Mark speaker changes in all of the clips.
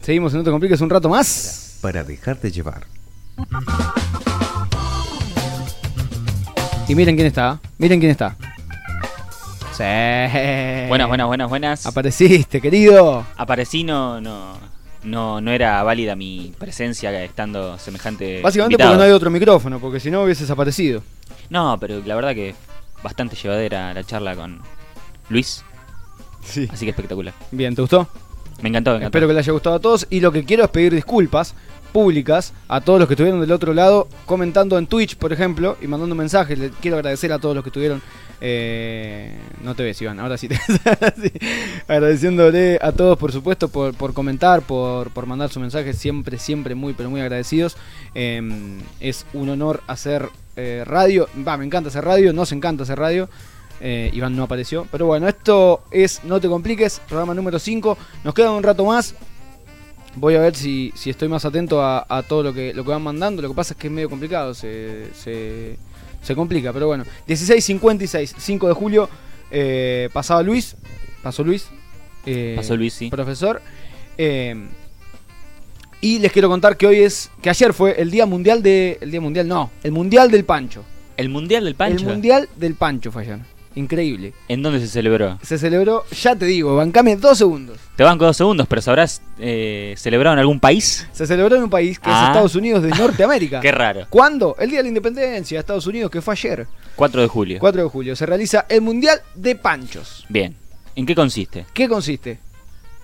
Speaker 1: Seguimos en No Te Compliques un rato más.
Speaker 2: para dejarte llevar.
Speaker 1: Y miren quién está. Miren quién está. Sí.
Speaker 3: Buenas, buenas, buenas, buenas.
Speaker 1: Apareciste, querido.
Speaker 3: Aparecí, no, no, no, no era válida mi presencia estando semejante.
Speaker 1: Básicamente
Speaker 3: Eh, invitado.
Speaker 1: porque no hay otro micrófono, porque si no hubieses aparecido.
Speaker 3: No, pero la verdad que bastante llevadera la charla con Luis,
Speaker 1: Sí.
Speaker 3: así que espectacular.
Speaker 1: Bien, ¿te gustó?
Speaker 3: Me encantó, me encantó.
Speaker 1: Espero que les haya gustado a todos. Y lo que quiero es pedir disculpas públicas a todos los que estuvieron del otro lado comentando en Twitch, por ejemplo, y mandando mensajes. Les quiero agradecer a todos los que estuvieron. eh, no te ves, Iván, ahora sí te ves. ahora sí. Agradeciéndole a todos, por supuesto, por, por comentar, por, por mandar sus mensajes. Siempre, siempre muy, pero muy agradecidos. Eh, es un honor hacer eh, radio. Va, me encanta hacer radio, nos encanta hacer radio. Eh, Iván no apareció. Pero bueno, esto es No Te Compliques, programa número 5. Nos queda un rato más. Voy a ver si, si estoy más atento a, a todo lo que, lo que van mandando. Lo que pasa es que es medio complicado, se, se, se complica. Pero bueno, 16.56, 5 de julio. eh, pasaba Luis. Pasó Luis. eh,
Speaker 3: Pasó Luis, sí.
Speaker 1: Profesor. eh, y les quiero contar que hoy es. que ayer fue el Día Mundial de. El Día Mundial, no. El Mundial del Pancho.
Speaker 3: El Mundial del Pancho.
Speaker 1: El Mundial del Pancho fue ayer. Increíble.
Speaker 3: ¿En dónde se celebró?
Speaker 1: Se celebró, ya te digo, bancame dos segundos.
Speaker 3: Te banco dos segundos, pero sabrás, eh, ¿celebrado en algún país?
Speaker 1: Se celebró en un país que
Speaker 3: Ah.
Speaker 1: es Estados Unidos de Norteamérica.
Speaker 3: Qué raro.
Speaker 1: ¿Cuándo? El Día de la Independencia de Estados Unidos, que fue ayer,
Speaker 3: 4 de julio.
Speaker 1: 4 de julio. Se realiza el Mundial de Panchos.
Speaker 3: Bien. ¿En qué consiste?
Speaker 1: ¿Qué consiste?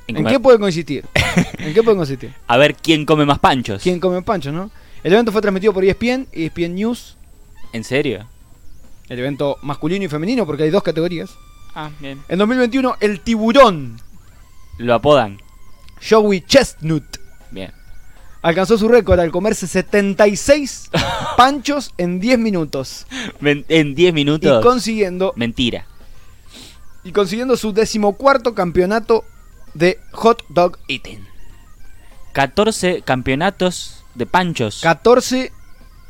Speaker 1: ¿En,
Speaker 3: comer-
Speaker 1: qué puede consistir? ¿En qué puede consistir?
Speaker 3: A ver quién come más panchos.
Speaker 1: ¿Quién come panchos, no? El evento fue transmitido por E ESPN y ESPN News.
Speaker 3: ¿En serio?
Speaker 1: El evento masculino y femenino, porque hay dos categorías.
Speaker 3: Ah, bien.
Speaker 1: En 2021, el tiburón,
Speaker 3: Lo apodan.
Speaker 1: Joey Chestnut,
Speaker 3: Bien.
Speaker 1: alcanzó su récord al comerse 76 panchos en 10 minutos.
Speaker 3: Men- En 10
Speaker 1: Y
Speaker 3: minutos.
Speaker 1: consiguiendo,
Speaker 3: Mentira.
Speaker 1: y consiguiendo su decimocuarto campeonato de hot dog eating.
Speaker 3: 14 campeonatos de panchos.
Speaker 1: 14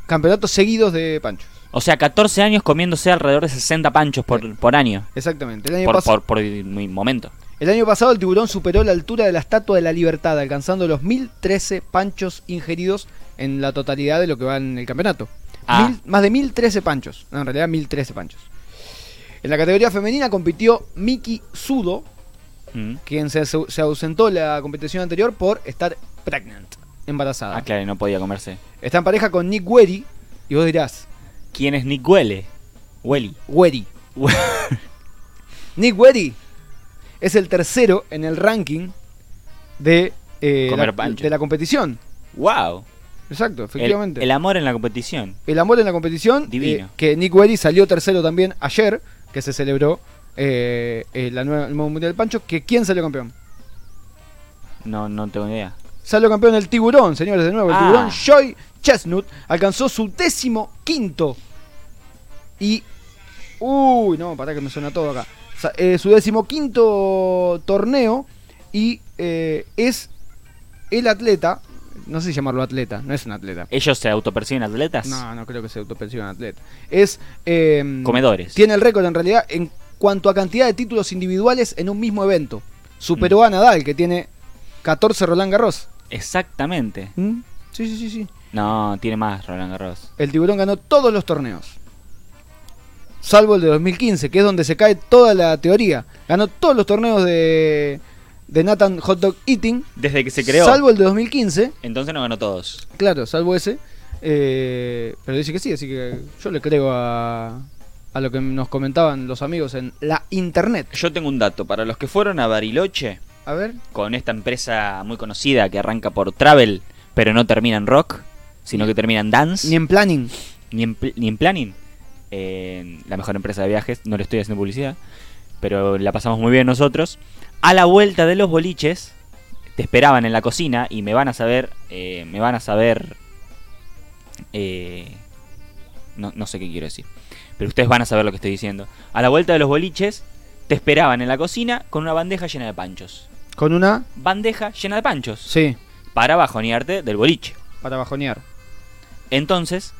Speaker 1: campeonatos seguidos de panchos.
Speaker 3: o sea, 14 años comiéndose alrededor de 60 panchos por, por año.
Speaker 1: Exactamente. El año,
Speaker 3: Por,
Speaker 1: pas-
Speaker 3: por, por mi momento.
Speaker 1: el año pasado el tiburón superó la altura de la Estatua de la Libertad, alcanzando los 1013 panchos ingeridos en la totalidad de lo que va en el campeonato.
Speaker 3: Ah.
Speaker 1: Mil- más de 1013 panchos. No, en realidad 1013 panchos. En la categoría femenina compitió Miki Sudo,
Speaker 3: Mm.
Speaker 1: quien se, se- se ausentó la competición anterior por estar pregnant, embarazada.
Speaker 3: Ah, claro, no podía comerse.
Speaker 1: Está en pareja con Nick Wery y vos dirás,
Speaker 3: ¿Quién es Nick Huele? Welly.
Speaker 1: Wery. Nick Wery es el tercero en el ranking de, eh,
Speaker 3: Comer
Speaker 1: la,
Speaker 3: pancho.
Speaker 1: de la competición.
Speaker 3: wow.
Speaker 1: Exacto, efectivamente.
Speaker 3: El, el amor en la competición.
Speaker 1: El amor en la competición.
Speaker 3: Divino.
Speaker 1: eh, que Nick Wery salió tercero también ayer, que se celebró eh, eh, la nueva, el nuevo Mundial del Pancho. Que ¿Quién salió campeón?
Speaker 3: No, no tengo ni idea.
Speaker 1: Salió campeón el tiburón, señores, de nuevo. El
Speaker 3: Ah.
Speaker 1: tiburón Joy Chestnut alcanzó su décimo quinto. Y. Uy, no, pará que me suena todo acá. Sa- eh, su décimo quinto torneo. Y eh, es el atleta. No sé si llamarlo atleta, no es un atleta.
Speaker 3: ¿Ellos se autoperciben atletas?
Speaker 1: No, no creo que se autoperciba un atleta. Es. eh,
Speaker 3: Comedores.
Speaker 1: Tiene el récord en realidad en cuanto a cantidad de títulos individuales en un mismo evento. Superó a Nadal, que tiene 14 Roland Garros.
Speaker 3: Exactamente.
Speaker 1: ¿Mm? Sí, sí, sí, sí.
Speaker 3: No, tiene más Roland Garros.
Speaker 1: El tiburón ganó todos los torneos. Salvo el de 2015, que es donde se cae toda la teoría. Ganó todos los torneos de, de Nathan Hot Dog Eating.
Speaker 3: Desde que se creó.
Speaker 1: Salvo el de 2015.
Speaker 3: Entonces no ganó todos.
Speaker 1: Claro, salvo ese. Eh, pero dice que sí, así que yo le creo a, a lo que nos comentaban los amigos en la internet.
Speaker 3: Yo tengo un dato. Para los que fueron a Bariloche,
Speaker 1: A ver.
Speaker 3: con esta empresa muy conocida que arranca por travel, pero no termina en rock, sino que termina en dance,
Speaker 1: Ni en planning.
Speaker 3: ni en, pl- ni en planning. Eh, la mejor empresa de viajes, no le estoy haciendo publicidad, pero la pasamos muy bien nosotros. A la vuelta de los boliches, te esperaban en la cocina y me van a saber, eh, me van a saber, eh, no, no sé qué quiero decir, pero ustedes van a saber lo que estoy diciendo. A la vuelta de los boliches, te esperaban en la cocina con una bandeja llena de panchos.
Speaker 1: Con una.
Speaker 3: Bandeja llena de panchos
Speaker 1: Sí,
Speaker 3: para bajonearte del boliche.
Speaker 1: para bajonear.
Speaker 3: Entonces,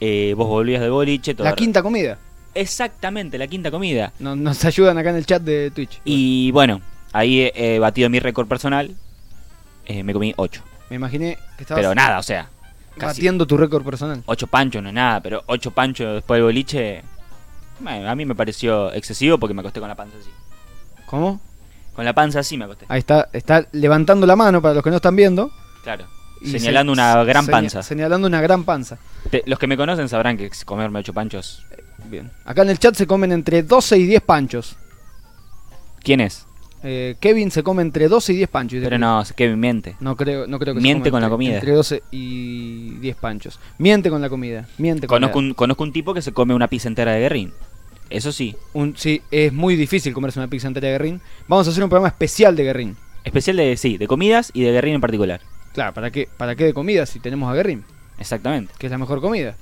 Speaker 3: eh, vos volvías del boliche. todo-
Speaker 1: La quinta comida.
Speaker 3: Exactamente, la quinta comida.
Speaker 1: No- Nos ayudan acá en el chat de Twitch.
Speaker 3: Y bueno, ahí he, he batido mi récord personal. eh, me comí 8.
Speaker 1: Me imaginé que estabas
Speaker 3: Pero nada, o sea, casi.
Speaker 1: batiendo tu récord personal.
Speaker 3: 8 panchos no es nada, pero 8 panchos después del boliche. bueno, a mí me pareció excesivo porque me acosté con la panza así.
Speaker 1: ¿Cómo?
Speaker 3: Con la panza así me acosté.
Speaker 1: Ahí está, está levantando la mano para los que no están viendo.
Speaker 3: Claro.
Speaker 1: y
Speaker 3: Señalando
Speaker 1: se-
Speaker 3: una gran
Speaker 1: seña-
Speaker 3: panza.
Speaker 1: Señalando una gran panza.
Speaker 3: Te- los que me conocen sabrán que comerme 8 panchos.
Speaker 1: Bien. Acá en el chat se comen entre 12 y 10 panchos.
Speaker 3: ¿Quién es?
Speaker 1: Eh, Kevin se come entre 12 y 10 panchos. Y
Speaker 3: Pero
Speaker 1: después-
Speaker 3: no, Kevin miente.
Speaker 1: No creo, no creo que se
Speaker 3: Miente
Speaker 1: coma
Speaker 3: con la
Speaker 1: entre-
Speaker 3: comida.
Speaker 1: Entre 12 y 10 panchos. Miente con la comida. Miente con
Speaker 3: Conozco
Speaker 1: la-
Speaker 3: un, conozco un tipo que se come una pizza entera de guerrín. Eso sí.
Speaker 1: un- Sí, es muy difícil comerse una pizza entera de Guerrín. Vamos a hacer un programa especial de Guerrín.
Speaker 3: Especial de, sí, de comidas y de guerrín en particular.
Speaker 1: Claro, ¿para qué, para qué de comida si tenemos a Guerrín?
Speaker 3: Exactamente.
Speaker 1: Que es la mejor comida.